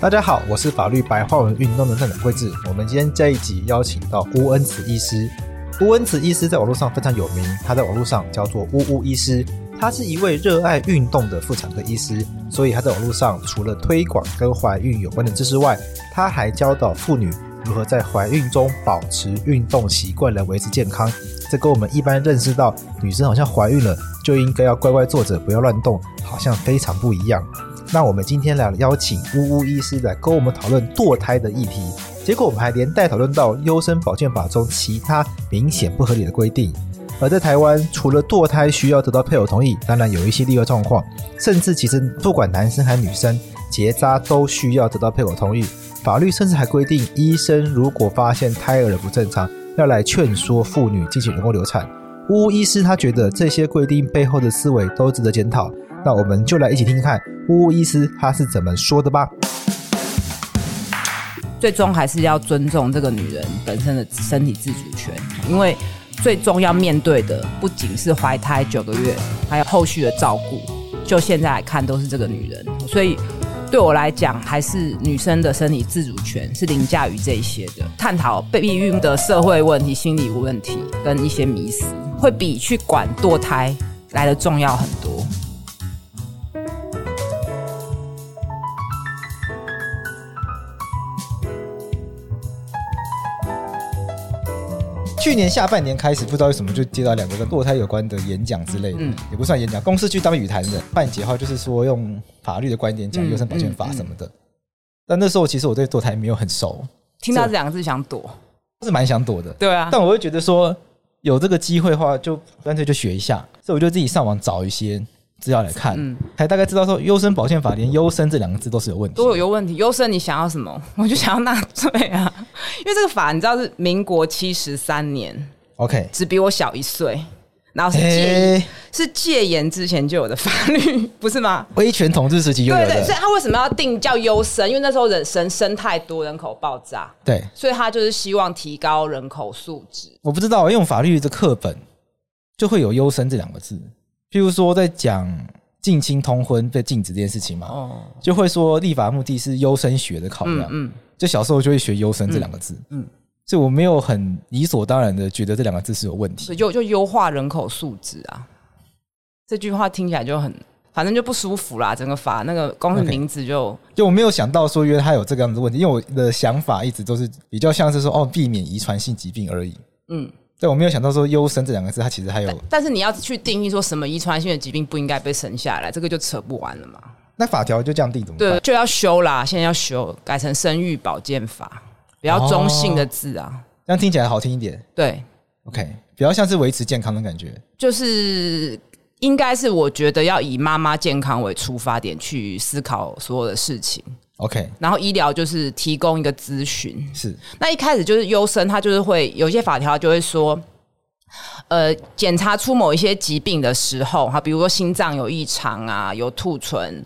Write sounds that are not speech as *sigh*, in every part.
大家好，我是法律白话文运动的站长桂智。我们今天这一集邀请到乌恩慈医师。乌恩慈医师在网络上非常有名，他在网络上叫做乌乌医师。他是一位热爱运动的妇产科医师，所以他在网络上除了推广跟怀孕有关的知识外，他还教导妇女如何在怀孕中保持运动习惯来维持健康。这跟我们一般认识到女生好像怀孕了就应该要乖乖坐着不要乱动，好像非常不一样。那我们今天来邀请呜呜医师来跟我们讨论堕胎的议题，结果我们还连带讨论到优生保健法中其他明显不合理的规定。而在台湾，除了堕胎需要得到配偶同意，当然有一些例外状况，甚至其实不管男生还女生结扎都需要得到配偶同意。法律甚至还规定，医生如果发现胎儿的不正常，要来劝说妇女进行人工流产。呜呜医师他觉得这些规定背后的思维都值得检讨。那我们就来一起听听看呜呜医师他是怎么说的吧。最终还是要尊重这个女人本身的身体自主权，因为最终要面对的不仅是怀胎九个月，还有后续的照顾。就现在来看，都是这个女人，所以对我来讲，还是女生的身体自主权是凌驾于这一些的。探讨被避孕的社会问题、心理问题跟一些迷思，会比去管堕胎来的重要很多。去年下半年开始，不知道为什么就接到两个跟堕胎有关的演讲之类的，嗯也不算演讲，公司去当语坛的办节号，就是说用法律的观点讲嗯优生保健法嗯嗯什么的。但那时候其实我对堕胎没有很熟，听到这两个字想躲，是蛮想躲的。对啊，但我会觉得说有这个机会的话，就干脆就学一下，所以我就自己上网找一些资料来看，嗯，才大概知道说优生保健法连优生这两个字都是有问题的。都有有问题。优生，你想要什么？ *laughs* 我就想要纳税啊， *laughs* 因为这个法你知道是民国七十三年， OK，只比我小一岁，然后是戒、哎、是戒严之前就有的法律， *laughs* 不是吗？威权统治时期就有对对，啊所的，以他为什么要定叫优生？因为那时候人生生太多，人口爆炸，对，所以他就是希望提高人口素质。我不知道，因为我们法律的课本就会有“优生”这两个字，譬如说在讲近亲通婚被禁止这件事情嘛，哦，就会说立法目的是优生学的考嗯量，嗯，就小时候就会学“优生”这两个字，嗯嗯所以我没有很理所当然的觉得这两个字是有问所题。以就就优化人口素质啊。这句话听起来就很，反正就不舒服啦。整个法那个光是 OK 名字就就我没有想到说原来它有这个样子的问题，因为我的想法一直都是比较像是说哦避免遗传性疾病而已，嗯。对我没有想到说“优生”这两个字它其实还有但是你要去定义说什么遗传性的疾病不应该被生下来，这个就扯不完了嘛。那法条就这样定怎么对办，？就要修啦，现在要修，改成生育保健法，比较中性的字啊。这样听起来好听一点对， ，OK，比较像是维持健康的感觉。就是应该是我觉得要以妈妈健康为出发点去思考所有的事情， OK，然后医疗就是提供一个咨询，是那一开始就是优生，他就是会有一些法条就会说，呃，检查出某一些疾病的时候，哈，比如说心脏有异常啊，有兔唇，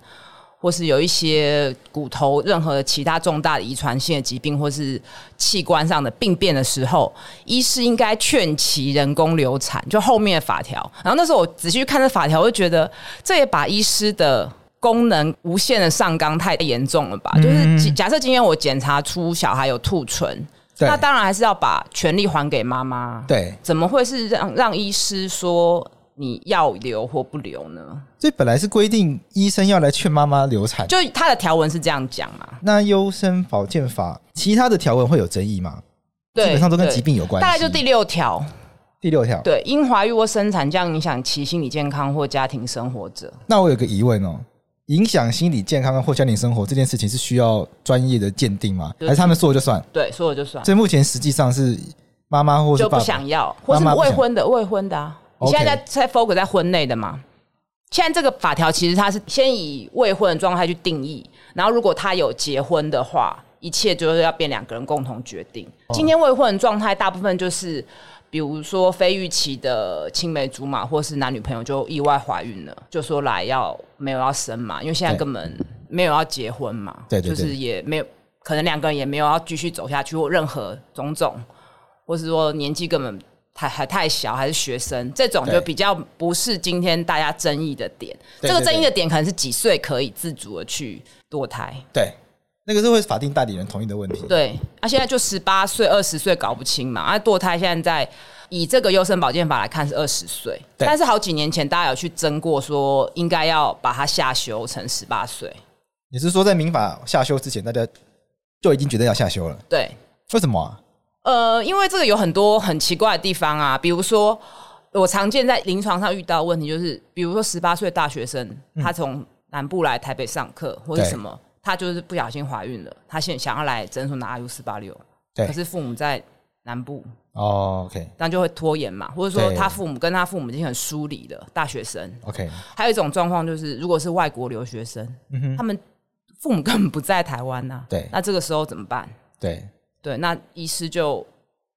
或是有一些骨头任何其他重大的遗传性的疾病，或是器官上的病变的时候，医师应该劝其人工流产，就后面的法条。然后那时候我仔细去看这法条，我就觉得这也把医师的。功能无限的上纲太严重了吧？就是假假设今天我检查出小孩有兔唇，对那当然还是要把权利还给妈妈。，对，怎么会是让让医师说你要留或不留呢？所以本来是规定医生要来劝妈妈流产，就他的条文是这样讲嘛？那优生保健法其他的条文会有争议吗？对，基本上都跟对疾病有关系大概就第六条，第六条，对，因怀孕或生产将影响其心理健康或家庭生活者，那我有个疑问哦，影响心理健康或家庭生活这件事情是需要专业的鉴定吗？还对是他们说了就算？对，说了就算，所以目前实际上是妈妈或是就爸不爸想要，或是妈妈不未想婚的未婚的啊。你 OK 现在在在 focus 在婚内的嘛？现在这个法条其实它是先以未婚的状态去定义，然后如果他有结婚的话，一切就是要变两个人共同决定。哦今天未婚的状态大部分就是，比如说非预期的青梅竹马，或是男女朋友就意外怀孕了，就说来要没有要生嘛，因为现在对根本没有要结婚嘛，对对对就是也没有可能两个人也没有要继续走下去或任何种种，或是说年纪根本太还太小，还是学生，这种对就比较不是今天大家争议的点。对对这个争对议的点可能是几岁可以自主的去堕胎，对，那个是会法定代理人同意的问题。对。啊，现在就十八岁、二十岁搞不清嘛。啊，堕胎现在以这个优生保健法来看是二十岁，对但是好几年前大家有去争过，说应该要把它下修成十八岁。你是说在民法下修之前，大家就已经决定要下修了？对，为什么啊？呃，因为这个有很多很奇怪的地方啊，比如说我常见在临床上遇到的问题就是，比如说十八岁的大学生，他从南部来台北上课或嗯者对什么，他就是不小心怀孕了，他现在想要来诊所拿 IU 四八六，对可是父母在南部，哦，OK 那就会拖延嘛，或者说对他父母跟他父母已经很疏离了，大学生。 OK，还有一种状况就是，如果是外国留学生，他们父母根本不在台湾呐、嗯对那这个时候怎么办？对对，那医师就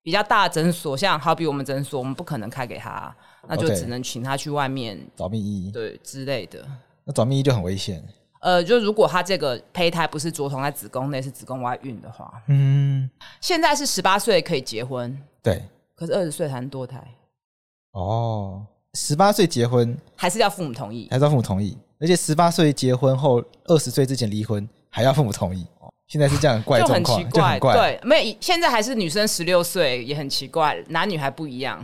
比较大的诊所，像好比我们诊所，我们不可能开给他，那就 OK 只能请他去外面找密医，对之类的。那找密医就很危险。呃，就如果他这个胚胎不是着床在子宫内，是子宫外孕的话，嗯，现在是十八岁可以结婚，对，可是二十岁才能堕胎，哦，十八岁结婚还是要父母同意。还是要父母同意，而且十八岁结婚后二十岁之前离婚还要父母同意，现在是这样很怪的就状很况，奇就很怪，对，没有以现在还是女生十六岁也很奇怪，男女还不一样，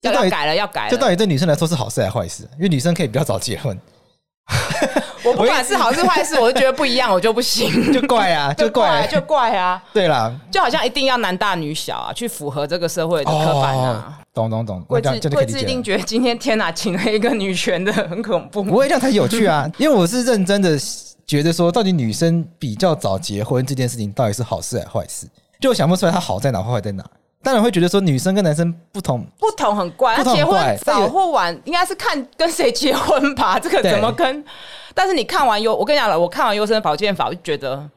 这要到底要改了要改这到了。底对女生来说是好事还是坏事？因为女生可以比较早结婚，我不管是好是坏事，我就觉得不一样，我就不行， *laughs* 就怪啊， *laughs* 就怪、就怪啊。对啦，就好像一定要男大女小啊，去符合这个社会的刻板啊。哦，懂懂懂，我桂这样枝真的可桂以枝理一解定了。觉得今天天哪、请了一个女权的，很恐 *laughs* 不怖。会这样才有趣啊，因为我是认真的觉得说，到底女生比较早结婚这件事情到底是好事还是坏事？就我想不出来它好在哪，坏在哪。当然会觉得说女生跟男生不同，不同很怪，不他同很结怪婚但也早或晚，应该是看跟谁结婚吧。这个对怎么跟？但是你看完优，我跟你讲了，我看完《优生保健法》，我就觉得。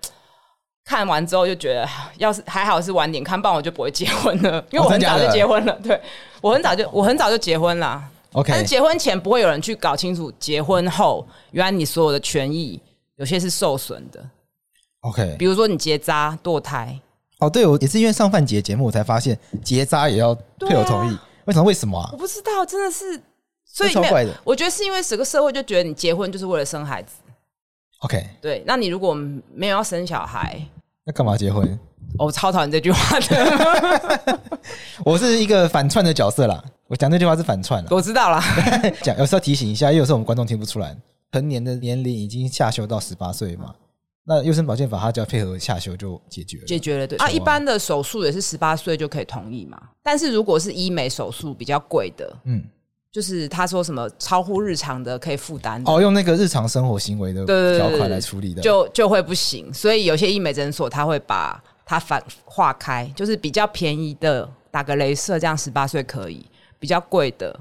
看完之后就觉得，要是还好是晚点看，不然我就不会结婚了，因为哦我很真假早的就结婚了。对，我很早就我很早就结婚啦。但是 OK，结婚前不会有人去搞清楚，结婚后原来你所有的权益有些是受损的， OK，比如说你结扎、堕胎，哦，对，我也是因为上范节节目我才发现结扎也要配偶同意，为什么？为什么啊我？不知道，真的是，所这以超没有怪的我觉得是因为整个社会就觉得你结婚就是为了生孩子， OK，对，那你如果没有要生小孩，那干嘛结婚？哦我超讨厌这句话的， *laughs* 我是一个反串的角色啦，我讲这句话是反串啦。我知道啦，讲有时候提醒一下，因为有时候我们观众听不出来，成年的年龄已经下修到十八岁嘛。那优生保健法它只要配合下修就解决了。解决了对啊，一般的手术也是十八岁就可以同意嘛，但是如果是医美手术比较贵的，嗯，就是他说什么超乎日常的可以负担的哦，用那个日常生活行为的对嗯对对条对款对来处理的。就就会不行。所以有些医美诊所他会把它反化开，就是比较便宜的打个镭射，这样十八岁可以；比较贵的，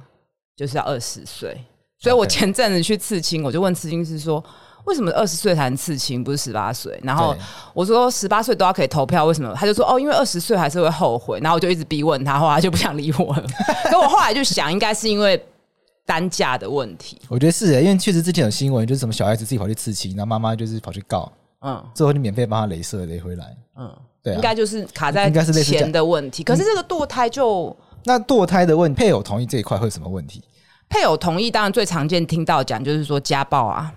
就是要二十岁。所以我 OK 前阵子去刺青，我就问刺青师说。为什么二十岁才能刺青，不是十八岁？然后对我说十八岁都要可以投票，为什么？他就说哦，因为二十岁还是会后悔。然后我就一直逼问他，后来他就不想理 *laughs* 我了。可我后来就想，应该是因为单价的问题。我觉得是、欸，因为确实之前有新闻，就是什么小孩子自己跑去刺青，然后妈妈就是跑去告，嗯，最后就免费帮他镭射镭回来。嗯，对啊应该就是卡在应该是类似这样嗯钱的问题。可是这个堕胎就那堕胎的问配偶同意这一块会有什么问题？配偶同意，当然最常见听到讲就是说家暴啊，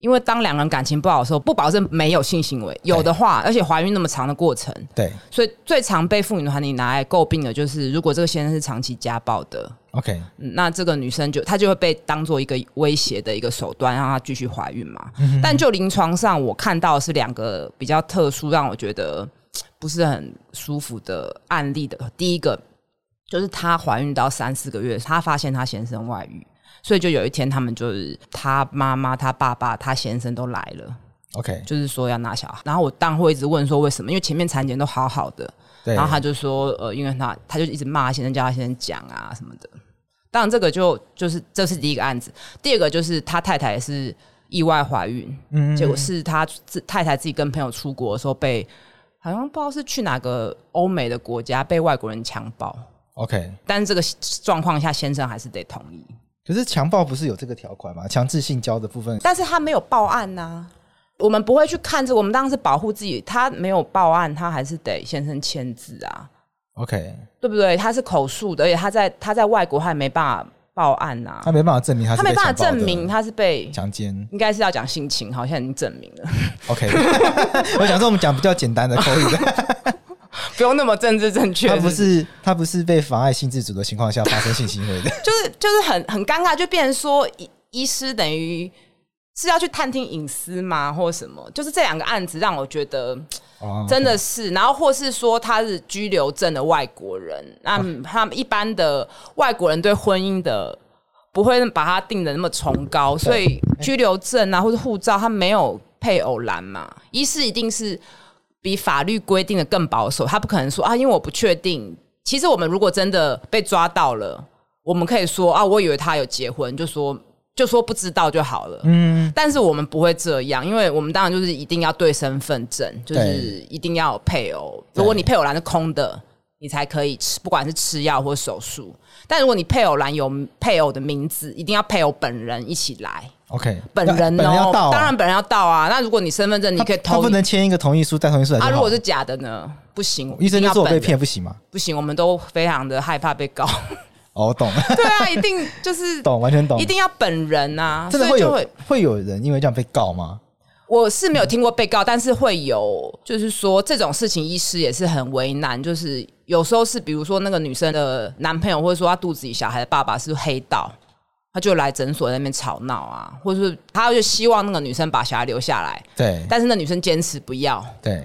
因为当两个人感情不好的时候，不保证没有性行为，有的话，而且怀孕那么长的过程，对所以最常被妇女团体拿来诟病的就是，如果这个先生是长期家暴的， ，OK，嗯那这个女生就她就会被当做一个威胁的一个手段，让她继续怀孕嘛。但就临床上我看到的是两个比较特殊，让我觉得嘖不是很舒服的案例的。第一个就是她怀孕到三四个月，她发现她先生外遇，所以就有一天他们就是她妈妈、她爸爸、她先生都来了， OK，就是说要拿小孩。然后我当然会一直问说为什么，因为前面产检都好好的，对，然后他就说，呃，因为他他就一直骂先生，叫他先生讲啊什么的。当然，这个就就是这是第一个案子，第二个就是他太太也是意外怀孕，嗯结果是他自太太自己跟朋友出国的时候被，好像不知道是去哪个欧美的国家被外国人强暴， OK。但是这个状况下先生还是得同意，可是强暴不是有这个条款吗？强制性交的部分，但是他没有报案呐、我们不会去看这个，我们当然是保护自己。他没有报案，他还是得先生签字啊， OK，对不对？他是口述的，而且他在他在外国，他也没办法报案呐、他没办法证哦明他是他没被办法强暴的证明他是被，强奸。应该是要讲性情，好像已经证明 *laughs* 了， OK，我想说我们讲比较简单的口语的，不用那么政治正 *laughs* 确。他不是他不是被妨碍性自主的情况下发生性行为的。就是就是很很尴尬，就变成说医医师等于是要去探听隐私吗，或什么？就是这两个案子让我觉得哦，真的是，然后或是说他是居留证的外国人，那啊他们一般的外国人对婚姻的不会把它定的那么崇高，所以居留证啊或者护照，他没有配偶栏嘛，一是一定是比法律规定的更保守，他不可能说啊，因为我不确定。其实我们如果真的被抓到了，我们可以说啊，我以为他有结婚，就说就说不知道就好了。嗯，但是我们不会这样，因为我们当然就是一定要对身份证，就是对一定要有配偶。对如果你配偶栏是空的，你才可以吃，不管是吃药或手术。但如果你配偶栏有配偶的名字，一定要配偶本人一起来， OK，本那人本人哦，要到啊，当然本人要到啊。那如果你身份证你他可以他投不能签一个同意书，带同意书来就啊，好。如果是假的呢？不行，医生一定就要说我本被人骗，不行吗？不行，我们都非常的害怕 *laughs* 被告。哦，懂对 *laughs* 啊，一定就是懂，完全懂。一定要本人啊， *laughs* 真的所会以就有会有人因为这样被告吗？我是没有听过被告，但是会有，就是说这种事情，医师也是很为难。就是有时候是，比如说那个女生的男朋友，或者说她肚子里小孩的爸爸是黑道，他就来诊所在那边吵闹啊，或者是他就希望那个女生把小孩留下来，对但是那女生坚持不要。对，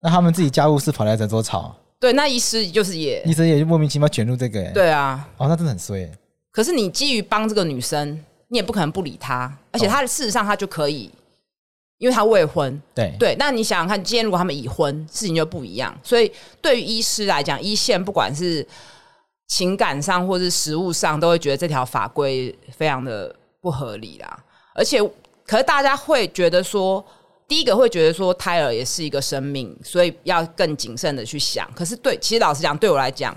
那他们自己家务事跑来诊所吵，对，那医师就是也医生也就莫名其妙卷入这个、欸。，对啊，哦，那真的很衰、欸。可是你基于帮这个女生，你也不可能不理她，而且她事实上她就可以，因为她未婚，对对，那你想想看，今天如果他们已婚，事情就不一样。所以对于医师来讲，一线不管是情感上或是实物上，都会觉得这条法规非常的不合理啦。而且，可是大家会觉得说，第一个会觉得说胎儿也是一个生命，所以要更谨慎的去想。可是对，其实老实讲，对我来讲。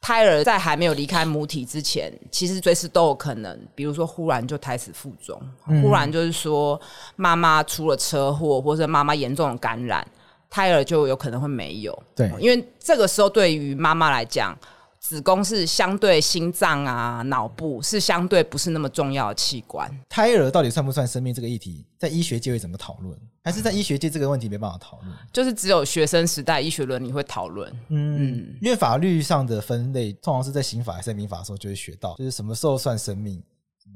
胎儿在还没有离开母体之前，其实随时都有可能，比如说忽然就胎死腹中，忽然就是说妈妈出了车祸，或者妈妈严重的感染，胎儿就有可能会没有。对因为这个时候对于妈妈来讲，子宫是相对心脏啊、脑部是相对不是那么重要的器官。胎儿到底算不算生命这个议题，在医学界会怎么讨论？还是在医学界这个问题没办法讨论？就是只有学生时代医学伦理会讨论，嗯，因为法律上的分类通常是在刑法还是在民法的时候就会学到，就是什么时候算生命，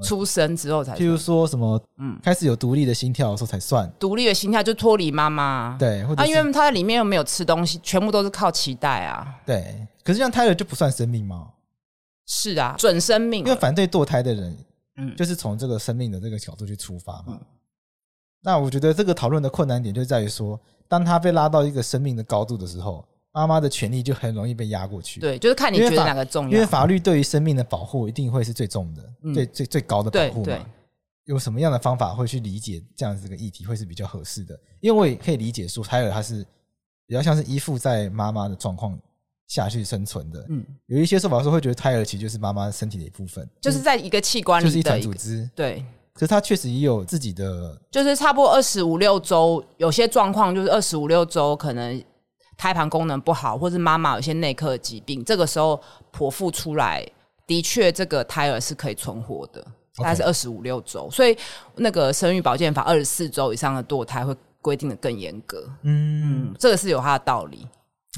出生之后才譬如说什么，嗯，开始有独立的心跳的时候才算，独立的心态就脱离妈妈。对，或者啊，是、因为他在里面又没有吃东西，全部都是靠脐带啊。对，可是像胎儿就不算生命吗？是啊，准生命因为反对堕胎的人，嗯就是从这个生命的这个角度去出发嘛。那我觉得这个讨论的困难点就在于说，当他被拉到一个生命的高度的时候，妈妈的权利就很容易被压过去。，对，就是看你因为觉得法哪个重因为要。法律对于生命的保护一定会是最重的，嗯最最最高的对保护对嘛。有什么样的方法会去理解这样子的议题会是比较合适的？因为我也可以理解说，胎儿他是比较像是依附在妈妈的状况下去生存的。嗯，有一些说法说会觉得胎儿其实就是妈妈身体的一部分，就是在一个器官就是里一的团一组个织。对，可是他确实也有自己的，就是差不多二十五六周，有些状况就是二十五六周可能胎盘功能不好，或是妈妈有些内科疾病，这个时候剖腹出来，的确这个胎儿是可以存活的，大概是二十五六周，所以那个生育保健法二十四周以上的堕胎会规定的更严格，嗯，这个是有它的道理。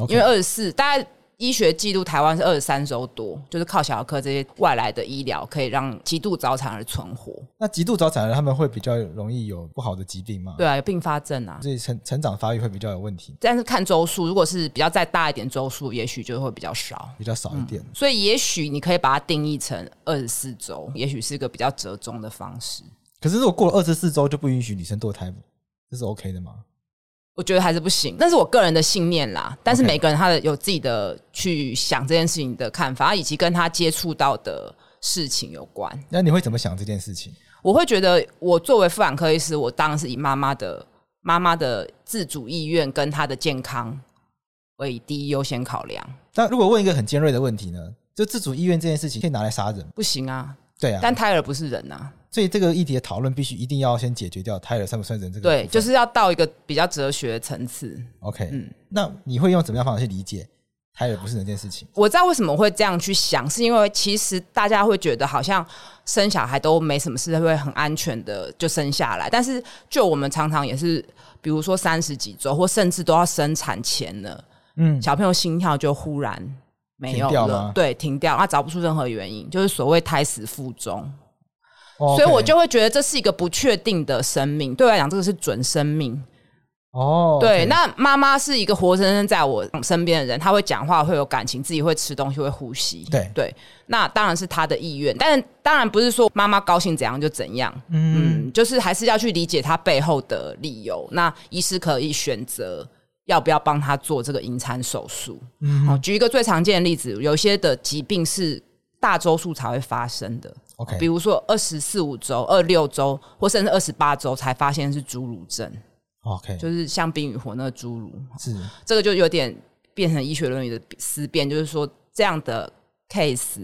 因为二十四，大概医学记录台湾是二十三周多，就是靠小儿科这些外来的医疗可以让极度早产儿存活。那极度早产儿他们会比较容易有不好的疾病嘛，对啊，有并发症啊。所以成成长发育会比较有问题，但是看周数，如果是比较再大一点周数，也许就会比较少。比较少一点。所以也许你可以把它定义成二十四周，也许是一个比较折中的方式。可是如果过了二十四周就不允许女生堕胎，这是 OK 的吗？我觉得还是不行，那是我个人的信念啦。但是 OK 每个人他的有自己的去想这件事情的看法，以及跟他接触到的事情有关。那你会怎么想这件事情？我会觉得，我作为妇产科医师，我当然是以妈妈的妈妈的自主意愿跟她的健康为第一优先考量。但如果问一个很尖锐的问题呢？就自主意愿这件事情可以拿来杀人吗？不行啊，对啊，但胎儿不是人啊，所以这个议题的讨论必须一定要先解决掉胎儿算不算人这个部分。对，就是要到一个比较哲学的层次。 OK。嗯那你会用怎么样方法去理解胎儿不是人这件事情？我知道为什么会这样去想，是因为其实大家会觉得好像生小孩都没什么事，会很安全的就生下来。但是就我们常常也是，比如说三十几周，或甚至都要生产前了，嗯，小朋友心跳就忽然没有停掉吗了，对，停掉，啊，找不出任何原因，就是所谓胎死腹中。所所以我就会觉得这是一个不确定的生命，对我来讲，这个是准生命。哦，对， OK 那妈妈是一个活生生在我身边的人，她会讲话，会有感情，自己会吃东西，会呼吸。对对，那当然是她的意愿，但当然不是说妈妈高兴怎样就怎样。嗯，就是还是要去理解她背后的理由。那医师可以选择要不要帮她做这个引产手术。嗯、哦，举一个最常见的例子，有些的疾病是大周数才会发生的。 OK，比如说二十四五周、二六周，或甚至二十八周才发现是侏儒症， OK 就是像《冰与火》那个侏儒，是这个就有点变成医学伦理的思辨，就是说这样的 case，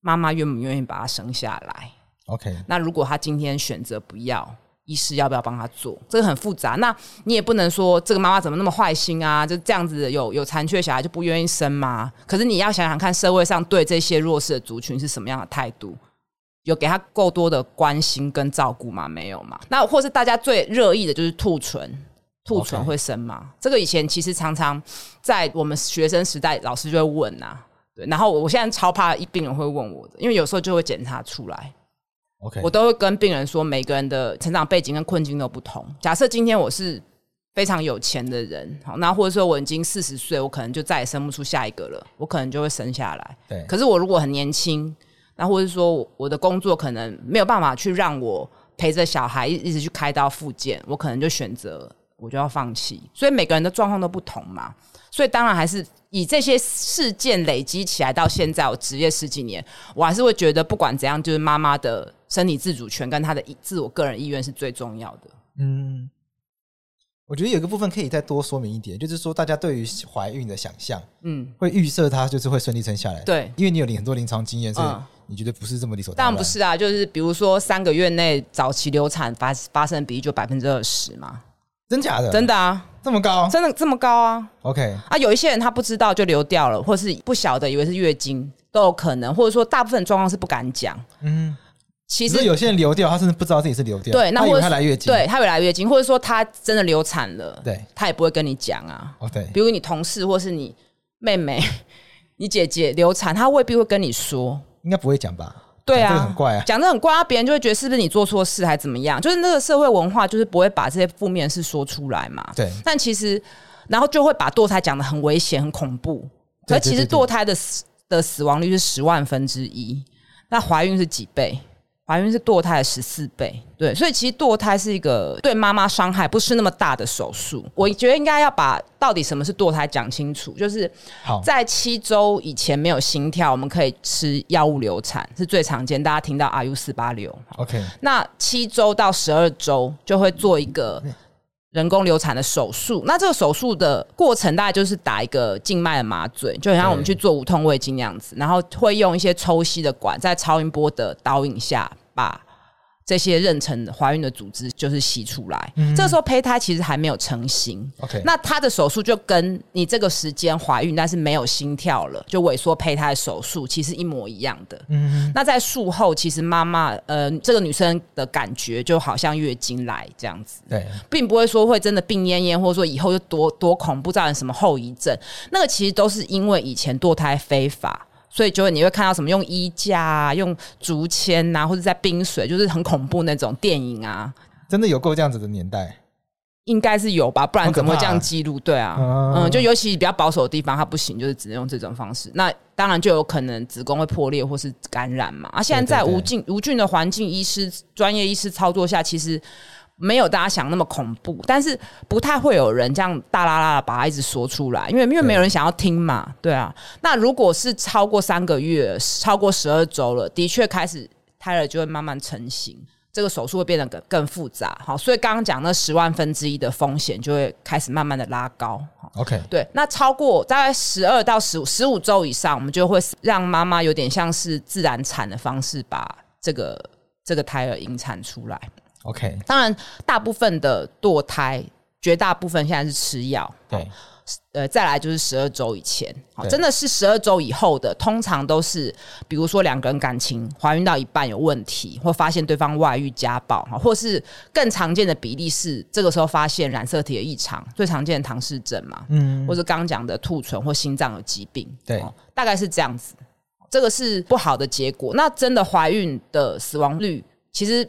妈妈愿不愿意把他生下来？ OK，那如果他今天选择不要，医师要不要帮他做？这个很复杂。那你也不能说这个妈妈怎么那么坏心啊？就这样子有有残缺小孩就不愿意生吗？可是你要想想看，社会上对这些弱势的族群是什么样的态度？有给他够多的关心跟照顾吗？没有嘛？那或是大家最热议的就是兔唇，兔唇 OK 会生吗这个以前其实常常在我们学生时代，老师就会问啊。对，然后我我现在超怕一病人会问我的，因为有时候就会检查出来， OK，我都会跟病人说，每个人的成长背景跟困境都不同。假设今天我是非常有钱的人，好，那或者说我已经四十岁，我可能就再也生不出下一个了，我可能就会生下来。对可是我如果很年轻，那或者说我我的工作可能没有办法去让我陪着小孩一一直去开刀复健，我可能就选择我就要放弃。所以每个人的状况都不同嘛，所以当然还是以这些事件累积起来到现在，我职业十几年，我还是会觉得不管怎样，就是妈妈的身体自主权跟她的意自我个人意愿是最重要的。嗯，我觉得有一个部分可以再多说明一点，就是说大家对于怀孕的想象嗯，会预设它就是会顺利生下来，，对。因为你有很多临床经验，所嗯以你觉得不是这么理所当然然不，是啊，就是比如说三个月内早期流产发发生比例就百分之二十嘛，真假的，真的啊，这么高真的这么高啊？ ？OK，啊，有一些人他不知道就流掉了，或是不晓得以为是月经都有可能，或者说大部分状况是不敢讲。嗯，其其实实有些人流掉，他甚至不知道自己是流掉，对，那他以或为他者来月经，对他有来月经，或者说他真的流产了，对，他也不会跟你讲啊。哦对比如你同事或是你妹妹、 *laughs* 你姐姐流产，她未必会跟你说。应该不会讲吧？对讲这个啊很，怪啊讲的很怪啊，别人就会觉得是不是你做错事还怎么样？就是那个社会文化，就是不会把这些负面事说出来嘛。对但其实，然后就会把堕胎讲的很危险、很恐怖。对可对其对实对堕胎的死的死亡率是十万分之一，那怀孕是几倍？怀孕是堕胎的十四倍，对，所以其实堕胎是一个对妈妈伤害不是那么大的手术。我觉得应该要把到底什么是堕胎讲清楚，就是好，在七周以前没有心跳，我们可以吃药物流产是最常见，大家听到 RU 四八六， OK，那七周到十二周就会做一个人工流产的手术。那这个手术的过程大概就是打一个静脉的麻醉，就很像我们去做无痛胃镜那样子，然后会用一些抽吸的管，在超音波的导引下把。这些妊娠怀孕的组织就是吸出来，这时候胚胎其实还没有成型。 OK 那他的手术就跟你这个时间怀孕但是没有心跳了，就萎缩胚胎的手术其实一模一样的。嗯那在术后，其实妈妈呃，这个女生的感觉就好像月经来这样子，对，并不会说会真的病恹恹，或者说以后就多多恐怖，造成什么后遗症。那个其实都是因为以前堕胎非法。所以就会你会看到什么用衣架啊、用竹签呐、啊，或者在冰水，就是很恐怖那种电影啊，真的有过这样子的年代，应该是有吧，不然好可怎么会怕这样啊记录？对啊，啊嗯，就尤其比较保守的地方，它不行，就是只能用这种方式。那当然就有可能子宫会破裂或是感染嘛。啊，现在在对对对无菌无菌的环境，医师专业医师操作下，其实没有大家想那么恐怖，但是不太会有人这样大啦啦的把它一直说出来，因为因为没有人想要听嘛，对啊。那如果是超过三个月，超过十二周了，的确开始胎儿就会慢慢成型，这个手术会变得更更复杂。好，所以刚刚讲那十万分之一的风险就会开始慢慢的拉高。好 OK，对，那超过大概十二到十十五周以上，我们就会让妈妈有点像是自然产的方式把这个这个胎儿引产出来。 OK，当然，大部分的堕胎，绝大部分现在是吃药，对，呃，再来就是十二周以前，好对真的是十二周以后的，通常都是比如说两个人感情怀孕到一半有问题，或发现对方外遇、家暴，哈，或是更常见的比例是这个时候发现染色体的异常，最常见的唐氏症嘛，嗯，或者刚刚讲的兔唇或心脏有疾病，哦对大概是这样子。这个是不好的结果。那真的怀孕的死亡率，其实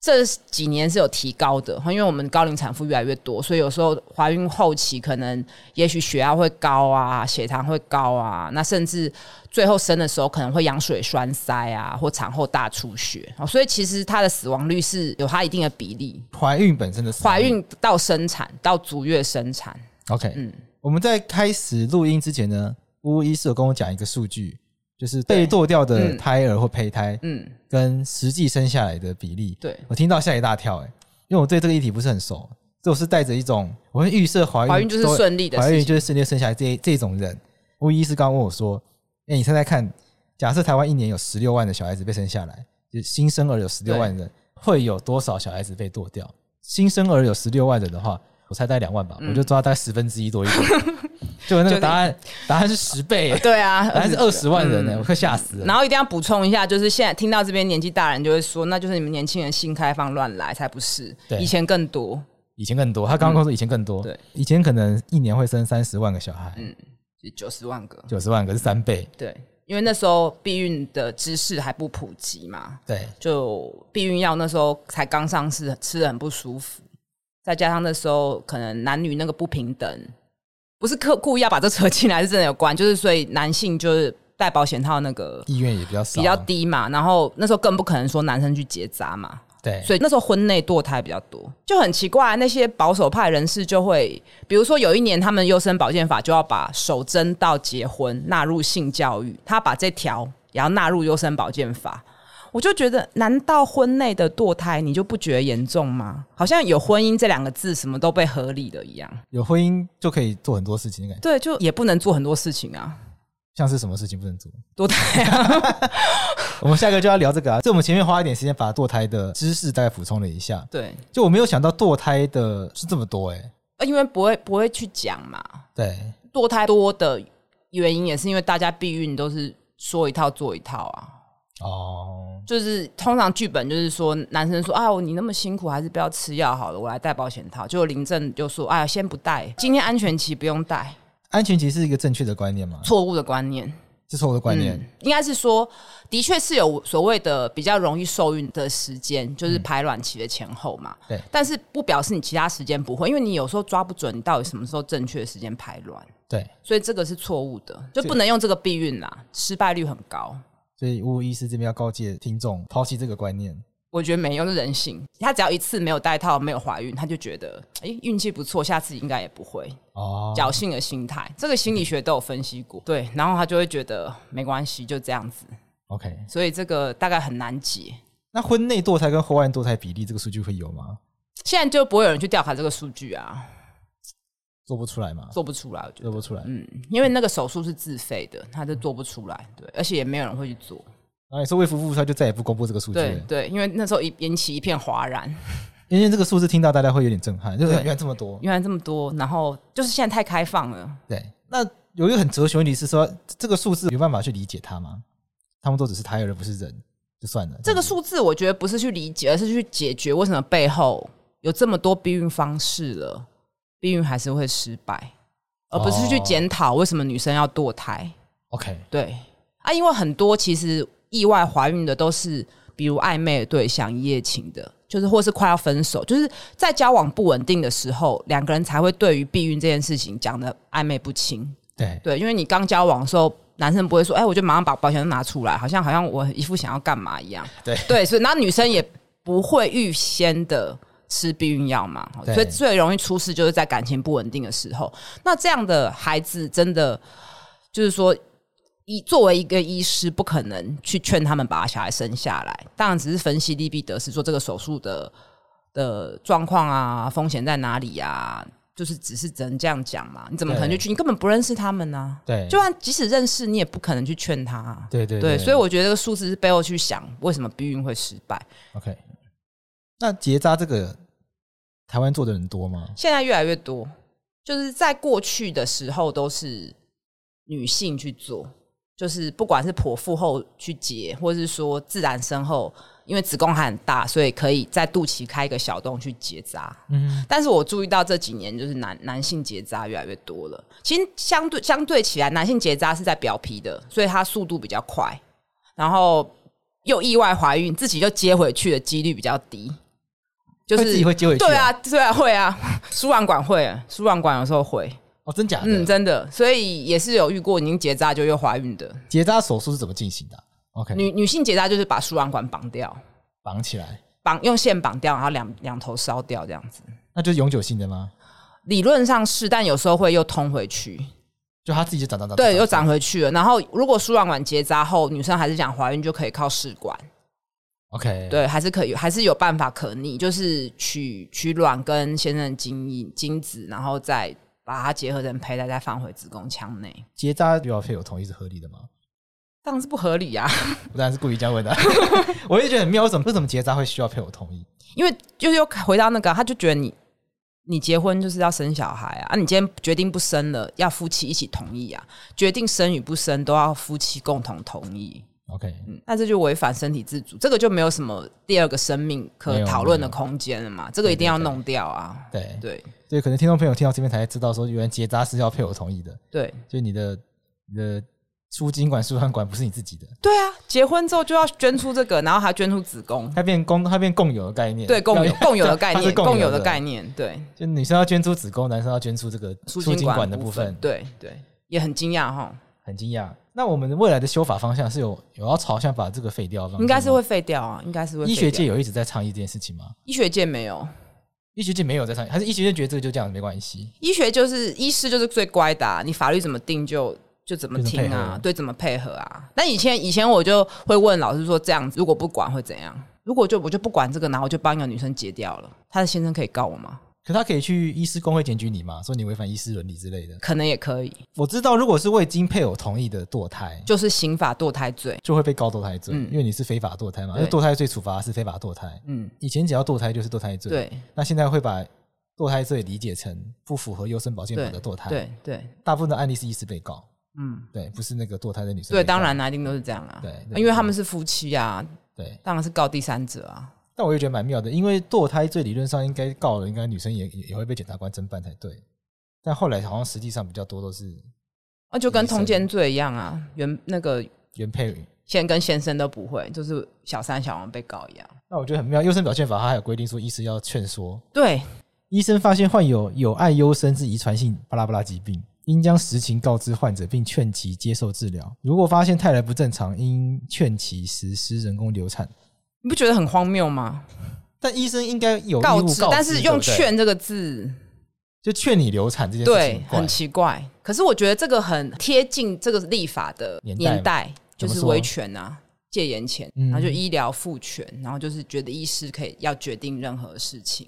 这几年是有提高的，因为我们高龄产妇越来越多，所以有时候怀孕后期可能也许血压会高啊，血糖会高啊，那甚至最后生的时候可能会羊水栓塞啊，或产后大出血。哦所以其实它的死亡率是有它一定的比例，怀孕本身的死亡怀孕嗯到生产到足月生产。 OK，我们在开始录音之前呢，巫医是有跟我讲一个数据，就是被对剁掉的嗯胎儿或胚胎嗯，跟实际生下来的比例。对我听到吓一大跳、欸，因为我对这个议题不是很熟，所以我是带着一种我会预设怀孕怀孕就是都顺利的事怀情孕就是顺利生下来这这种人。巫医是刚刚问我说：“哎、你猜猜看，假设台湾一年有十六万的小孩子被生下来，就新生儿有十六万人，会有多少小孩子被剁掉？新生儿有十六万人的话，我猜大概两万吧，我就抓大概十分之一多一 *laughs* 点。就我那嗯个就你答案，答案是十 *laughs* 倍、欸，对啊，答案是二十万人嗯呢、我快吓死了。然后一定要补充一下，就是现在听到这边年纪大人就会说，那就是你们年轻人性开放乱来才不是，对以前更多，以前更多，他刚刚跟我说以前更多，嗯对，嗯以前可能一年会生三十万个小孩，九十万个，九十万个是三倍，对，因为那时候避孕的知识还不普及嘛，对，就避孕药那时候才刚上市，吃的很不舒服，再加上那时候可能男女那个不平等，不是刻故意要把这扯进来，是真的有关，就是所以男性就是戴保险套那个意愿也比较少，啊比较，低嘛，然后那时候更不可能说男生去结扎嘛，对，所以那时候婚内堕胎比较多，就很奇怪。那些保守派人士就会，比如说有一年他们优生保健法就要把守贞到结婚纳入性教育，他把这条也要纳入优生保健法。我就觉得，难道婚内的堕胎你就不觉得严重吗？好像有婚姻这两个字，什么都被合理了一样。有婚姻就可以做很多事情，感觉对，就也不能做很多事情啊，像是什么事情不能做。堕胎啊， *laughs* 我们下一个就要聊这个啊，这我们前面花一点时间把堕胎的知识大概补充了一下，对，就我没有想到堕胎的是这么多、欸，哎，因为不会不会去讲嘛，对，堕胎多的原因也是因为大家避孕都是说一套做一套啊。哦，就是通常剧本就是说，男生说啊，你那么辛苦，还是不要吃药好了，我来戴保险套。结果林正就说，哎呀，先不戴，今天安全期不用戴。安全其实是一个正确的观念嘛，错误的观念，是错误的观念，应该是说，的确是有所谓的比较容易受孕的时间，就是排卵期的前后嘛。对但是不表示你其他时间不会，因为你有时候抓不准你到底什么时候正确的时间排卵，对，所以这个是错误的，就不能用这个避孕啦，失败率很高。所以巫医师这边要告诫听众抛弃这个观念，我觉得没用，是人性。她只要一次没有戴套，没有怀孕，她就觉得哎运气不错，下次应该也不会。哦，侥幸的心态，这个心理学都有分析过。对，然后她就会觉得没关系，就这样子。 OK，所以这个大概很难解。那婚内堕胎跟婚外堕胎比例这个数据会有吗？现在就不会有人去调查这个数据啊，做不出来吗？做不出来，我觉得做，不出来。嗯，因为那个手术是自费的，他就做不出来，对，而且也没有人会去做，然哎后你说卫福部他就再也不公布这个数据对了，对，因为那时候一引起一片哗然，因为这个数字听到大家会有点震撼，就是对原来这么多。原来这么多，然后就是现在太开放了，对，那有一个很哲学问题是说，这个数字有办法去理解它吗？他们都只是胎儿，不是人，就算了。这个数字我觉得不是去理解，而是去解决为什么背后有这么多避孕方式了，避孕还是会失败，而不是去哦检讨为什么女生要堕胎。 OK，对啊，因为很多其实意外怀孕的都是，比如暧昧的对象、一夜情的，就是或是快要分手，就是在交往不稳定的时候，两个人才会对于避孕这件事情讲的暧昧不清。对，对，因为你刚交往的时候。男生不会说，哎、我就马上把保险套拿出来，好像好像我一副想要干嘛一样。对对，所以那女生也不会预先的吃避孕药嘛，对所以最容易出事就是在感情不稳定的时候。那这样的孩子真的就是说，医作为一个医师，不可能去劝他们把小孩生下来，当然只是分析利弊得失，做这个手术的的状况啊，风险在哪里啊，就是只是只能这样讲嘛。你怎么可能就去？你根本不认识他们呢、对就算即使认识，你也不可能去劝他、啊。对对对，所以我觉得这个数字是背后去想为什么避孕会失败。 OK。那结扎这个台湾做的人多吗？现在越来越多，就是在过去的时候都是女性去做，就是不管是剖腹后去结，或是说自然生后，因为子宫还很大，所以可以在肚脐开一个小洞去结扎。嗯，但是我注意到这几年就是男男性结扎越来越多了。其实相对相对起来，男性结扎是在表皮的，所以它速度比较快，然后又意外怀孕，自己又接回去的几率比较低。就会自己会接回去、对啊，，对啊，会啊，输卵管会，输卵管有时候会，哦，真假的？嗯，真的，所以也是有遇过已经结扎就又怀孕的结扎手术是怎么进行的啊？OK，女女性结扎，就是把输卵管绑掉，绑起来，绑用线绑掉，然后两两头烧掉这样子。那就是永久性的吗？理论上是，但有时候会又通回去，就他自己就长长长，对，又长回去了。然后如果输卵管结扎后，女生还是想怀孕，就可以靠试管， OK，，对，还是可以，还是有办法可逆，就是取取卵跟先生的精液精子，然后再把它结合成胚胎，再放回子宫腔内。结扎医疗费有同意是合理的吗？当然是不合理啊， *laughs* 我当然是故意这样问的，啊 *laughs* 我就觉得很妙，为什么为什么结扎会需要配偶同意？因为就是又回到那个，他就觉得你你结婚就是要生小孩啊，啊，你今天决定不生了，要夫妻一起同意啊，决定生与不生都要夫妻共同同意， OK，嗯，那这就违反身体自主，这个就没有什么第二个生命没可有讨论的空间了嘛，这个一定要弄掉啊，对对所以可能听众朋友听到这边才知道说，原来结扎是要配偶同意的，对就是你的你的输精管、输卵管不是你自己的，对啊，结婚之后就要捐出这个，然后还捐出子宫，它变公，它变共有的概念，对共有共有的 *laughs* 概它是念，共有的共有的概念，对就女生要捐出子宫，男生要捐出这个输精管的部部分，，对对，也很惊讶哈，很惊讶。那我们未来的修法方向是有有要朝向把这个废掉的方向吗，应该是会废掉啊，应该是会废医学掉界有一直在倡议这件事情吗？医学界没有，医学界没有在倡议，还是医学界觉得这个就这样没关系？医学就是医师就是最乖的、啊，你法律怎么定就就怎么听就怎么配啊合，对，怎么配合啊。但以前以前我就会问老师说，这样子如果不管会怎样？如果就我就不管这个，然后我就帮一个女生截掉了，她的先生可以告我吗？可他可以去医师工会检举你嘛，说你违反医师伦理之类的。可能也可以，我知道，如果是未经配偶同意的堕胎，就是刑法堕胎罪。就会被告堕胎罪，嗯因为你是非法堕胎嘛。因对为堕胎罪处罚是非法堕胎，嗯，以前只要堕胎就是堕胎罪。，对那现在会把堕胎罪理解成不符合优生保健法对的堕胎。，对对，大部分的案例是医师被告，嗯，对，不是那个堕胎的女生被告。对，当然啦、一定都是这样啊。对对因为他们是夫妻啊，对。当然是告第三者啊。但我也觉得蛮妙的，因为堕胎罪理论上应该告了，应该女生也也也会被检察官侦办才对。但后来好像实际上比较多都是那啊就跟医生通奸罪一样啊，原那个原配。先跟先生都不会，就是小三小王被告一样。那我觉得很妙，优生表现法它还有规定说，医师要劝说对，医生发现患有有爱优生之遗传性巴拉巴拉疾病，应将实情告知患者，并劝其接受治疗。如果发现胎儿不正常，应劝其实施人工流产。你不觉得很荒谬吗？但医生应该有哦义务告告知，但是对用不对劝这个字，就劝你流产这件事对情，怪很奇怪。可是我觉得这个很贴近这个立法的年代年代，就怎么是说维权啊、戒严前，嗯然后就医疗赋权，然后就是觉得医师可以要决定任何事情，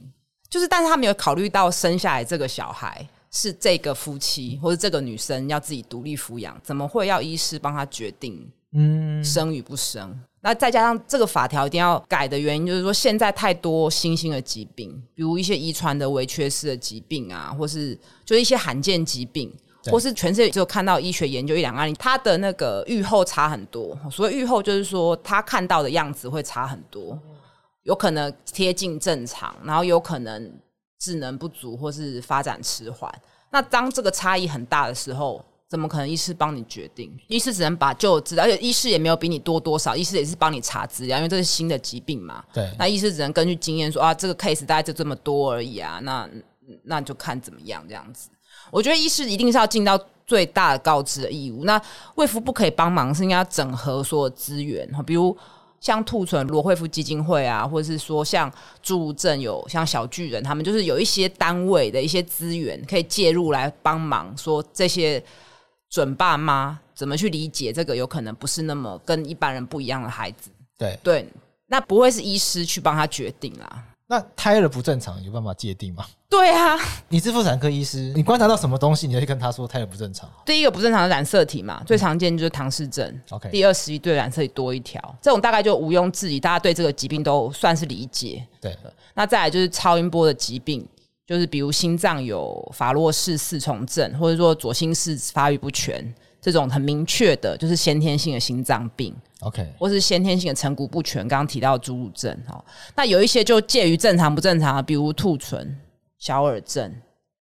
就是但是他没有考虑到生下来这个小孩。是这个夫妻或者这个女生要自己独立抚养，怎么会要医师帮她决定嗯，生与不生。那再加上这个法条一定要改的原因，就是说现在太多新兴的疾病，比如一些遗传的微缺失的疾病啊，或是就是一些罕见疾病，对或是全世界只有看到医学研究一两个案例，它的那个预后差很多。所以预后就是说，他看到的样子会差很多，有可能贴近正常，然后有可能智能不足或是发展迟缓。那当这个差异很大的时候，怎么可能医师帮你决定？医师只能把旧的资料，而且医师也没有比你多多少，医师也是帮你查资料，因为这是新的疾病嘛。对那医师只能根据经验说啊，这个 case 大概就这么多而已啊，那那就看怎么样这样子。我觉得医师一定是要尽到最大的告知的义务。那卫福不可以帮忙，是应该要整合所有资源，哈比如像兔唇罗惠夫基金会啊，或者是说像助政有像小巨人，他们就是有一些单位的一些资源可以介入来帮忙，说这些准爸妈怎么去理解这个有可能不是那么跟一般人不一样的孩子。对，对，那不会是医师去帮他决定啦。那胎儿不正常有办法界定吗？对啊，你是妇产科医师，你观察到什么东西，你会跟他说胎儿不正常？第一个不正常的染色体嘛，最常见就是唐氏症。 OK 第二十一对染色体多一条，这种大概就毋庸置疑，大家对这个疾病都算是理解。对，那再来就是超音波的疾病，就是比如心脏有法洛氏四重症，或者说左心室发育不全这种很明确的，就是先天性的心脏病。 OK，或是先天性的成骨不全，刚刚提到的侏儒症哦，那有一些就介于正常不正常啊，比如兔唇、小耳症、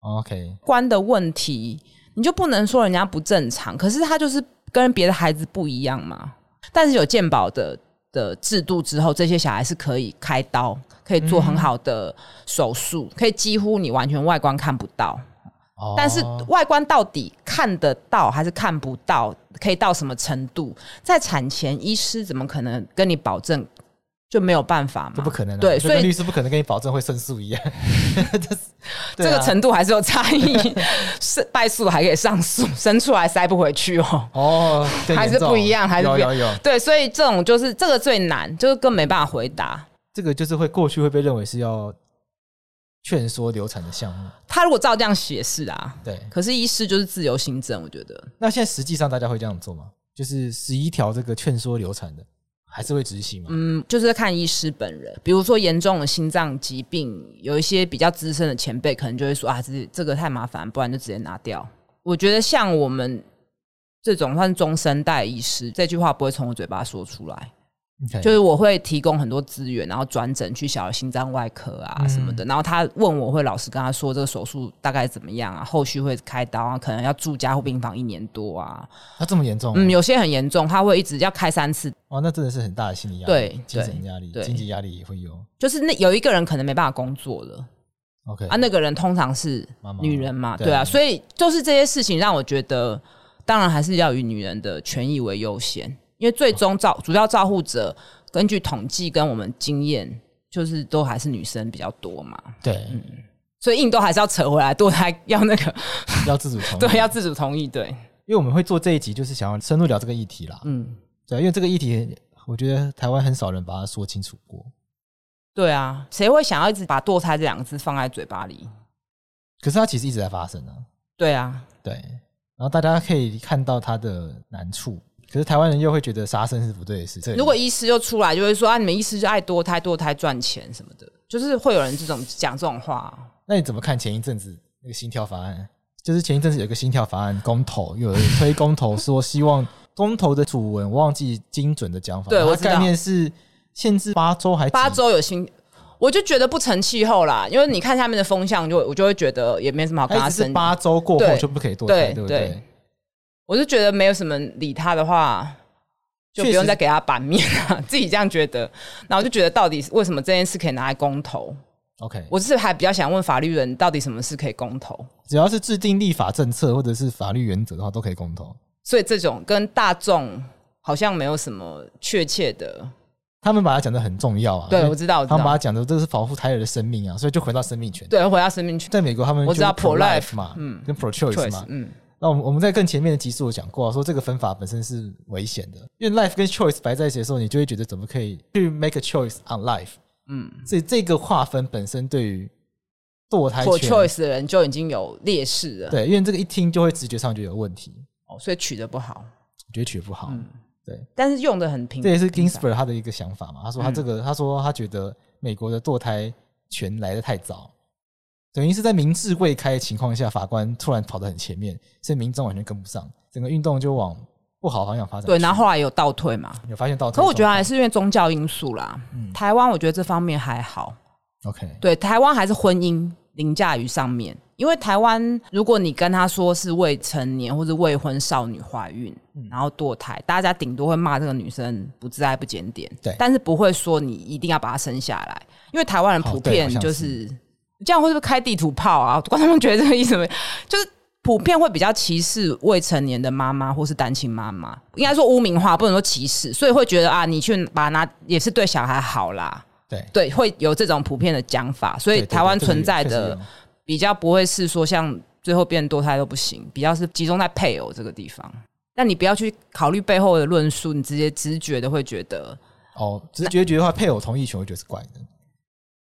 OK，关的问题，你就不能说人家不正常，可是他就是跟别的孩子不一样嘛。但是有健保的的制度之后，这些小孩是可以开刀，可以做很好的手术，可以几乎你完全外观看不到。哦但是外观到底看得到还是看不到，可以到什么程度，在产前医师怎么可能跟你保证就没有办法这嘛？不可能、啊，对，就所跟以律师不可能跟你保证会胜诉一样， *laughs* 这啊这个程度还是有差异，是败诉还可以上诉，生出来塞不回去哦。哦，更还是严重不一样还是有不一样有有，对，所以这种就是这个最难，就是更没办法回答。这个就是会过去会被认为是要劝说流产的项目，他如果照这样写是啊，对。可是医师就是自由行政，我觉得那现在实际上大家会这样做吗？就是十一条这个劝说流产的，还是会执行吗？嗯，就是看医师本人。比如说严重的心脏疾病，有一些比较资深的前辈可能就会说啊，这这个太麻烦，不然就直接拿掉。我觉得像我们这种算中生代医师，这句话不会从我嘴巴说出来， OK 就是我会提供很多资源，然后转诊去小儿心脏外科嗯啊什么的。然后他问我会老师跟他说这个手术大概怎么样啊，后续会开刀啊，可能要住加护病房一年多啊。那这么严重、嗯，有些很严重，他会一直要开三次哦，那真的是很大的心理压力，对精神压力、对对经济压力也会有。就是那有一个人可能没办法工作了 OK 啊，那个人通常是妈妈女人嘛，对对啊，所以就是这些事情让我觉得，当然还是要以女人的权益为优先，因为最终照主要照护者，根据统计跟我们经验，就是都还是女生比较多嘛，对，嗯所以硬都还是要扯回来，堕胎要那个哦要自主同意。 *laughs* 对，要自主同意，对，因为我们会做这一集，就是想要深入聊这个议题啦。嗯，对，因为这个议题，我觉得台湾很少人把它说清楚过。对啊，谁会想要一直把堕胎这两个字放在嘴巴里？可是它其实一直在发生啊。对啊，对，然后大家可以看到它的难处，可是台湾人又会觉得杀生是不对的事。这个如果医师又出来就会说啊，你们医师就爱堕胎，堕胎赚钱什么的，就是会有人这种讲这种话啊、那你怎么看前一阵子那个心跳法案？就是前一阵子有个心跳法案公投，有人推公投说希望公投的主文我忘记精准的讲法，对它我知道概念是限制八周还几八周有新，我就觉得不成气候啦，因为你看下面的风向就，我就会觉得也没什么好跟它他一直哎是争。八周过后对就不可以堕胎，对对不对？我是觉得没有什么理他的话，就不确用实再给他版面了、 *laughs* 自己这样觉得。然后就觉得到底为什么这件事可以拿来公投？ OK，我是还比较想问法律人，到底什么事可以公投？只要是制定立法政策或者是法律原则的话，都可以公投。所以这种跟大众好像没有什么确切的。他们把它讲的很重要啊，对，因为我知道，我知他们把道它。讲的这是保护胎儿的生命啊，所以就回到生命权。对，回到生命去。在美国，他们我知道就是 pro pro-life， life 嘛，嗯跟 pro choice 嘛 choice，，嗯，那我们我们在更前面的集数有讲过、啊，说这个分法本身是危险的，因为 life 跟 choice 摆在一起的时候，你就会觉得怎么可以去 make a choice on life？嗯，所以这个划分本身对于堕胎做权， choice 的人就已经有劣势了，对，因为这个一听就会直觉上就有问题，哦所以取得不好。嗯我觉得取不好。但是用的很平，这也是平常 Ginsberg 他的一个想法嘛，他说他这嗯个，他说他觉得美国的堕胎权来的太早，等于是在民智未开的情况下，法官突然跑得很前面，所以民众完全跟不上，整个运动就往不好方向发展去。对，然后后来有倒退嘛。有发现到这个状可况，嗯我觉得还是因为宗教因素啦。台湾我觉得这方面还好， OK，对，台湾还是婚姻凌驾于上面。因为台湾，如果你跟他说是未成年或者未婚少女怀孕，嗯然后堕胎，大家顶多会骂这个女生不自爱不检点，对但是不会说你一定要把她生下来，因为台湾人哦普对好遍像 *laughs* 就是、这样，会不会开地图炮啊？观众觉得这个意思没？就是普遍会比较歧视未成年的妈妈或是单亲妈妈，应该说污名化，不能说歧视，所以会觉得啊，你去把拿也是对小孩好啦，对对，会有这种普遍的讲法，所对，以对台湾对存在确实的有比较不会是说像最后变多胎都不行，比较是集中在配偶这个地方。但你不要去考虑背后的论述，你直接直觉的会觉得，哦，直觉觉得话，配偶同意权，我觉得是怪的。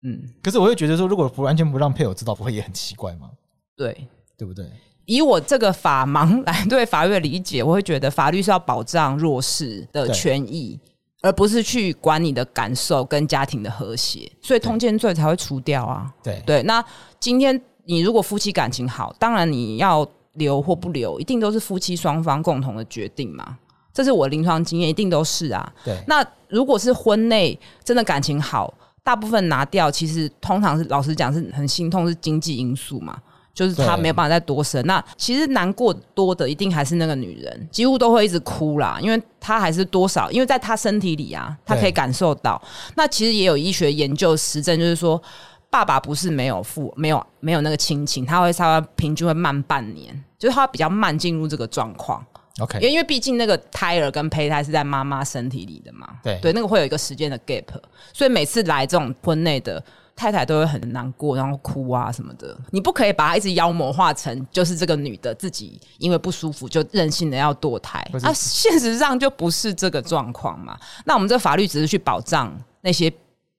嗯，可是我会觉得说，如果不完全不让配偶知道，不会也很奇怪吗？对。对不对？以我这个法盲来对法律的理解，我会觉得法律是要保障弱势的权益，而不是去管你的感受跟家庭的和谐，所以通奸罪才会除掉啊。对对，那今天你如果夫妻感情好，当然你要留或不留，一定都是夫妻双方共同的决定嘛。这是我临床经验，一定都是啊。对那如果是婚内真的感情好，大部分拿掉，其实通常是老实讲是很心痛，是经济因素嘛，就是他对没有办法再多生。那其实难过多的一定还是那个女人，几乎都会一直哭啦，因为她还是多少，因为在她身体里啊，她可对以感受到。那其实也有医学研究实证，就是说。爸爸不是没有父没有没有那个亲情，他会稍微平均会慢半年，就是他比较慢进入这个状况。因，OK，为因为毕竟那个胎儿跟胚胎是在妈妈身体里的嘛，对对，那个会有一个时间的 gap，所以每次来这种婚内的太太都会很难过，然后哭啊什么的。你不可以把她一直妖魔化成就是这个女的自己因为不舒服就任性的要堕胎或，是啊，现实上就不是这个状况嘛。那我们这法律只是去保障那些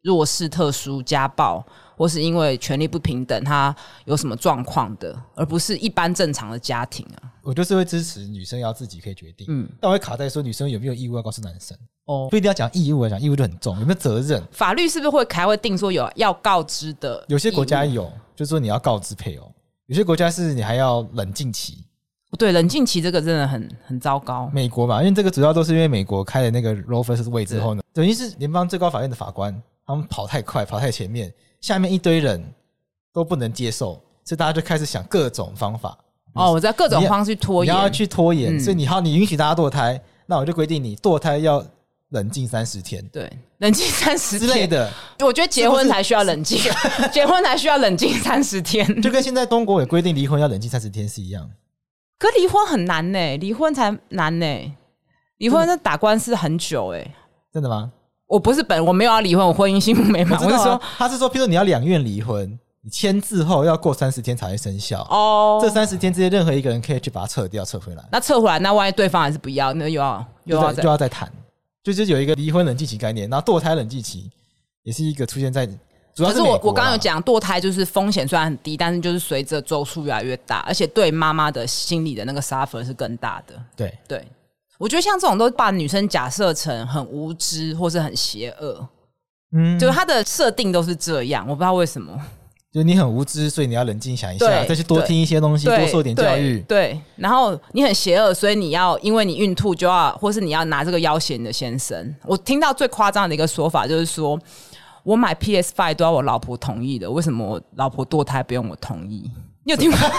弱势、特殊、家暴。或是因为权力不平等，他有什么状况的，而不是一般正常的家庭啊。我就是会支持女生要自己可以决定，嗯，但我会卡在说女生有没有义务要告诉男生，哦不一定要讲义务，讲义务就很重，有没有责任？法律是不是会开会定说有要告知的？有些国家有，就是说你要告知配偶；有些国家是你还要冷静期。对冷静期这个真的很很糟糕。美国嘛，因为这个主要都是因为美国开了那个 Roe vs Wade 之后呢，等于是联邦最高法院的法官，他们跑太快，跑太前面，下面一堆人都不能接受，所以大家就开始想各种方法，哦，我知道各种方式去拖你延，要去拖延，嗯所以你好，你允许大家堕胎，那我就规定你堕胎要冷静三十天对冷静三十之类天。的，我觉得结婚才需要冷静， *laughs* *laughs* 结婚才需要冷静三十天。就跟现在中国也规定离婚要冷静三十天是一样。可离婚很难呢、离婚才难呢、离婚那打官司很久哎、真的吗？我不是本我没有要离婚，我婚姻幸福美我满。知 *laughs* 我是道啊说，他是说，譬如说你要两院离婚，你签字后要过三十天才会生效。哦，这三十天之间，任何一个人可以去把它撤掉、撤回来，那撤回来，那万一对方还是不要，那又要又要就再就要再谈。就是有一个离婚冷静期概念，然后堕胎冷静期也是一个出现在主要可是美我国我啊刚刚有，讲，堕胎就是风险虽然很低，但是就是随着周数越来越大，而且对妈妈的心理的那个 suffer 是更大的。对对，我觉得像这种都把女生假设成很无知或是很邪恶，嗯，就就是她的设定都是这样，我不知道为什么。是你很无知，所以你要冷静想一下，对再去多听一些东西，多对，受点教育。对。对，然后你很邪恶，所以你要因为你孕吐就要，或是你要拿这个要挟你的先生。我听到最夸张的一个说法就是说，我买 PS Five 都要我老婆同意的，为什么我老婆堕胎不用我同意？你有 *laughs* 听过？这个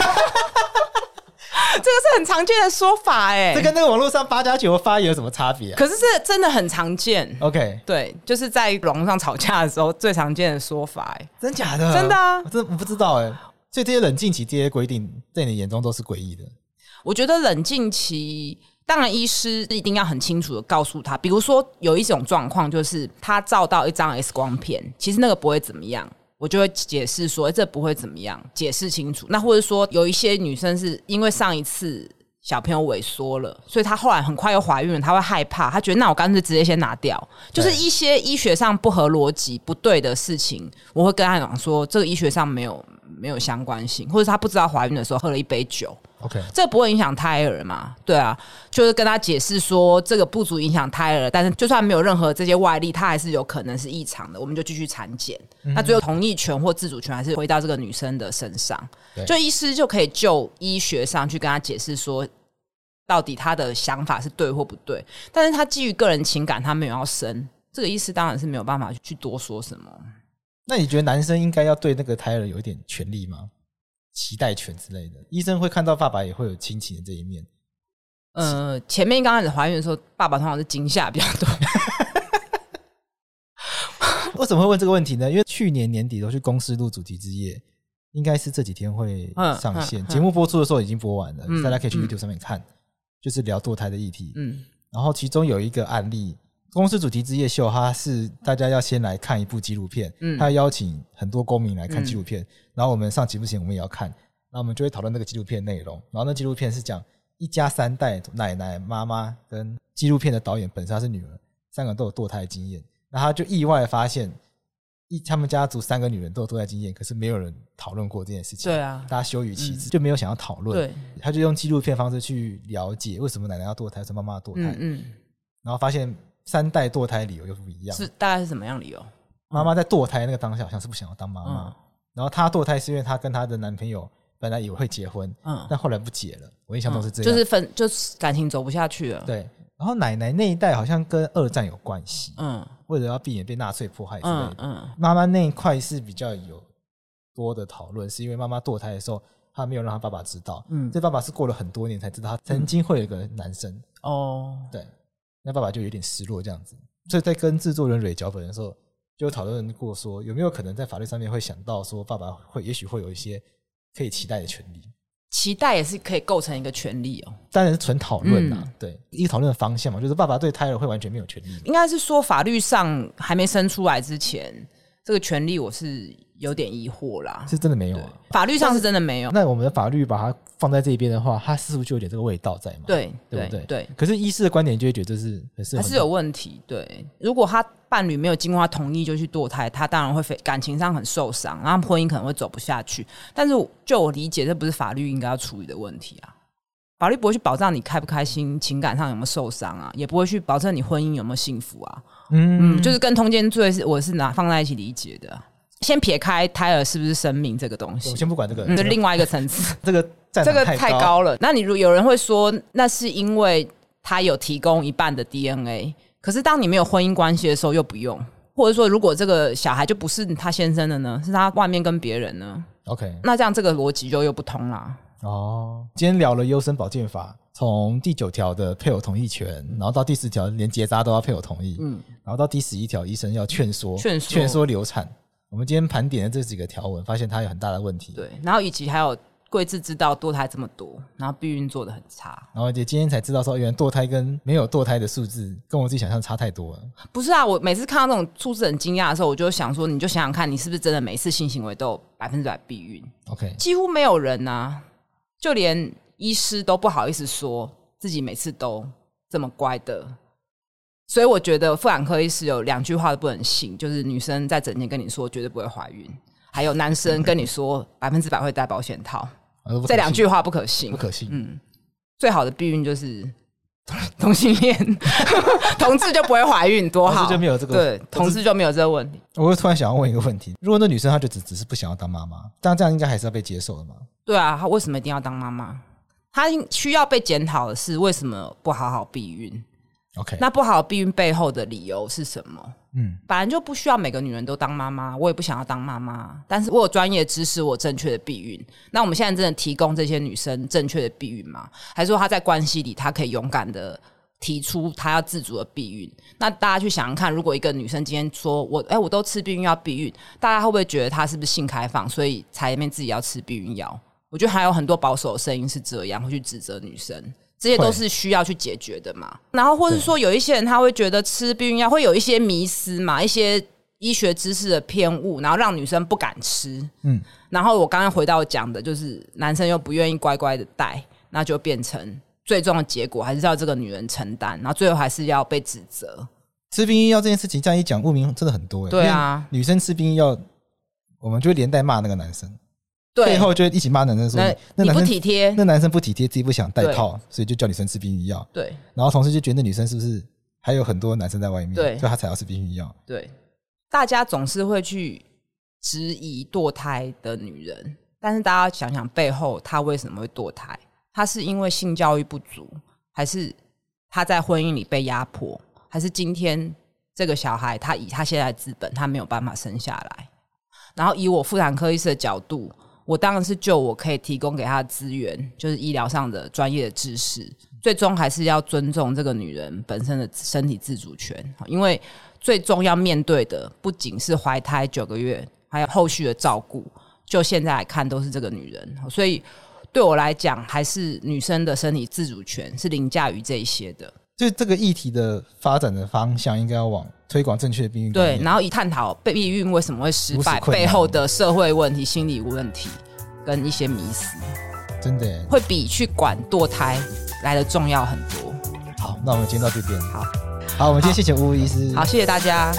是很常见的说法哎、这跟那个网络上八加九的发言有什么差别啊可是这真的很常见。 ？OK，对，就是在网络上吵架的时候最常见的说法、欸。真假的？真的啊我真的我不知道哎、所以这些冷静期、这些规定，在你眼中都是诡异的。我觉得冷静期，当然医师一定要很清楚的告诉他，比如说有一种状况就是他照到一张 X 光片，其实那个不会怎么样。我就会解释说、诶这不会怎么样，解释清楚。那或者说有一些女生是因为上一次小朋友萎缩了，所以她后来很快又怀孕了，她会害怕，她觉得那我干脆直接先拿掉。就是一些医学上不合逻辑、不对的事情，我会跟她讲说这个医学上没有没有相关性，或者是她不知道怀孕的时候喝了一杯酒， OK，这不会影响胎儿嘛？对啊，就是跟他解释说这个不足影响胎儿，但是就算没有任何这些外力，他还是有可能是异常的，我们就继续产检。那最后同意权或自主权还是回到这个女生的身上对，就医师就可以就医学上去跟他解释说。到底他的想法是对或不对？但是他基于个人情感，他没有要生，这个医师当然是没有办法去多说什么。那你觉得男生应该要对那个胎儿有一点权利吗？期待权之类的，医生会看到爸爸也会有亲情的这一面，呃，前面刚开始怀孕的时候，爸爸通常是惊吓比较多，为什么会问这个问题呢？因为去年年底都去公司录主题之夜，应该是这几天会嗯上嗯线。嗯节目播出的时候已经播完了，嗯大家可以去嗯 YouTube 上面看，就是聊堕胎的议题。嗯然后其中有一个案例，公司主题之夜秀，它是大家要先来看一部纪录片，嗯它邀请很多公民来看嗯纪录片，然后我们上节目前我们也要看，那我们就会讨论那个纪录片内容，然后那纪录片是讲一家三代，奶奶、妈妈跟纪录片的导演本身她是女儿，三个人都有堕胎经验，那他就意外发现。一，他们家族三个女人都有堕胎经验，可是没有人讨论过这件事情。对啊大家羞于启齿，就没有想要讨论。对，他就用纪录片方式去了解为什么奶奶要堕胎，为什么妈妈要堕胎嗯。嗯，然后发现三代堕胎理由又不一样。是嗯大概是什么样理由？妈妈在堕胎那个当下好像是不想要当妈妈，嗯然后她堕胎是因为她跟她的男朋友本来也会结婚，嗯，但后来不结了。我印象中是这样，就是分，就是感情走不下去了。，对。然后奶奶那一代好像跟二战有关系，嗯为了要避免被纳粹迫害之类嗯的。嗯妈妈那一块是比较有多的讨论，是因为妈妈堕胎的时候，她没有让她爸爸知道，嗯这，爸爸是过了很多年才知道，她曾经会有一个男生，哦，对，那爸爸就有点失落这样子。所以在跟制作人蕊脚本的时候，就讨论过说，有没有可能在法律上面会想到说，爸爸会也许会有一些可以期待的权利。期待也是可以构成一个权利哦。当然是纯讨论啦，嗯对，一个讨论的方向嘛，就是爸爸对胎儿会完全没有权利。应该是说法律上还没生出来之前，这个权利我是有点疑惑啦。是真的没有啊？法律上是真的没有。那我们的法律把它放在这一边的话，它似乎就有点这个味道在嘛？，对对对不对？。可是医师的观点就会觉得这是很适合还是有问题。对，如果他伴侣没有经过他同意就去堕胎，他当然会非感情上很受伤，然后婚姻可能会走不下去。但是就我理解，这不是法律应该要处理的问题啊。法律不会去保障你开不开心，情感上有没有受伤啊，也不会去保证你婚姻有没有幸福啊。嗯嗯，就是跟通奸罪是我是拿放在一起理解的。先撇开胎儿是不是生命这个东西我，先不管这个，嗯，这是个另外一个层次。这个站这个得太高，高了。那你如有人会说，那是因为他有提供一半的 DNA，可是当你没有婚姻关系的时候又不用，或者说如果这个小孩就不是他先生的呢，是他外面跟别人呢， OK，那这样这个逻辑就又不通啦。哦，今天聊了优生保健法，从第九条的配偶同意权，然后到第十条连结扎都要配偶同意，嗯，然后到第十一条医生要劝说劝说劝说流产。我们今天盘点的这几个条文，发现它有很大的问题。，对，然后以及还有贵志知道堕胎这么多，然后避孕做的很差，然后也今天才知道说，原来堕胎跟没有堕胎的数字跟我自己想象差太多了。不是啊？我每次看到这种数字很惊讶的时候，我就想说，你就想想看，你是不是真的每次性行为都有百分之百避孕？ OK，几乎没有人呐、就连医师都不好意思说自己每次都这么乖的。所以我觉得妇产科医师有两句话都不能信，就是女生在整天跟你说绝对不会怀孕，还有男生跟你说 *laughs* 百分之百会戴保险套，我都不可信这两句话不可信不。可信。嗯，最好的避孕就是同同性恋， *laughs* 同志就不会怀孕，多同好。志就没有这个对，同志就没有这个问题。我又突然想要问一个问题：如果那女生她就只只是不想要当妈妈，但这样应该还是要被接受的嘛？对啊，她为什么一定要当妈妈？她应需要被检讨的是为什么不好好避孕？ OK，那不好好避孕背后的理由是什么？嗯，本来就不需要每个女人都当妈妈，我也不想要当妈妈，但是我有专业知识，我正确的避孕。那我们现在真的提供这些女生正确的避孕吗？还是说她在关系里，她可以勇敢的提出她要自主的避孕？那大家去想想看，如果一个女生今天说我，哎、我都吃避孕药避孕，大家会不会觉得她是不是性开放，所以才面自己要吃避孕药？我觉得还有很多保守的声音是这样，会去指责女生，这些都是需要去解决的嘛。然后或是说有一些人他会觉得吃避孕药会有一些迷思嘛，一些医学知识的偏误，然后让女生不敢吃。嗯嗯，然后我刚刚回到讲的，就是男生又不愿意乖乖的带，那就变成最终的结果还是要这个女人承担，然后最后还是要被指责。吃避孕药这件事情，这样一讲，污名真的很多、欸。对啊，女生吃避孕药，我们就会连带骂那个男生，背对，后就会一起骂男生说那那你男不生体贴那，男生不体贴，自己不想戴套，所以就叫女生吃避孕药。对然后同事就觉得那女生是不是还有很多男生在外面，对所以她才要吃避孕药。对，大家总是会去质疑堕胎的女人，但是大家想想背后她为什么会堕胎？她是因为性教育不足，还是她在婚姻里被压迫，还是今天这个小孩他以他现在的资本，他没有办法生下来？然后以我妇产科医师的角度，我当然是就我可以提供给她的资源，就是医疗上的专业的知识，最终还是要尊重这个女人本身的身体自主权，因为最终要面对的不仅是怀胎九个月，还有后续的照顾，就现在来看，都是这个女人，所以对我来讲，还是女生的身体自主权是凌驾于这一些的。就这个议题的发展的方向，应该要往推广正确的避孕观对，念然后一探讨被避孕为什么会失嗯败如此困难背后的社会问题、心理问题跟一些迷思，真的耶。会比去管堕胎来的重要很多。好，那我们今天到这边。好，好，我们今天谢谢吴医师。好，谢谢大家。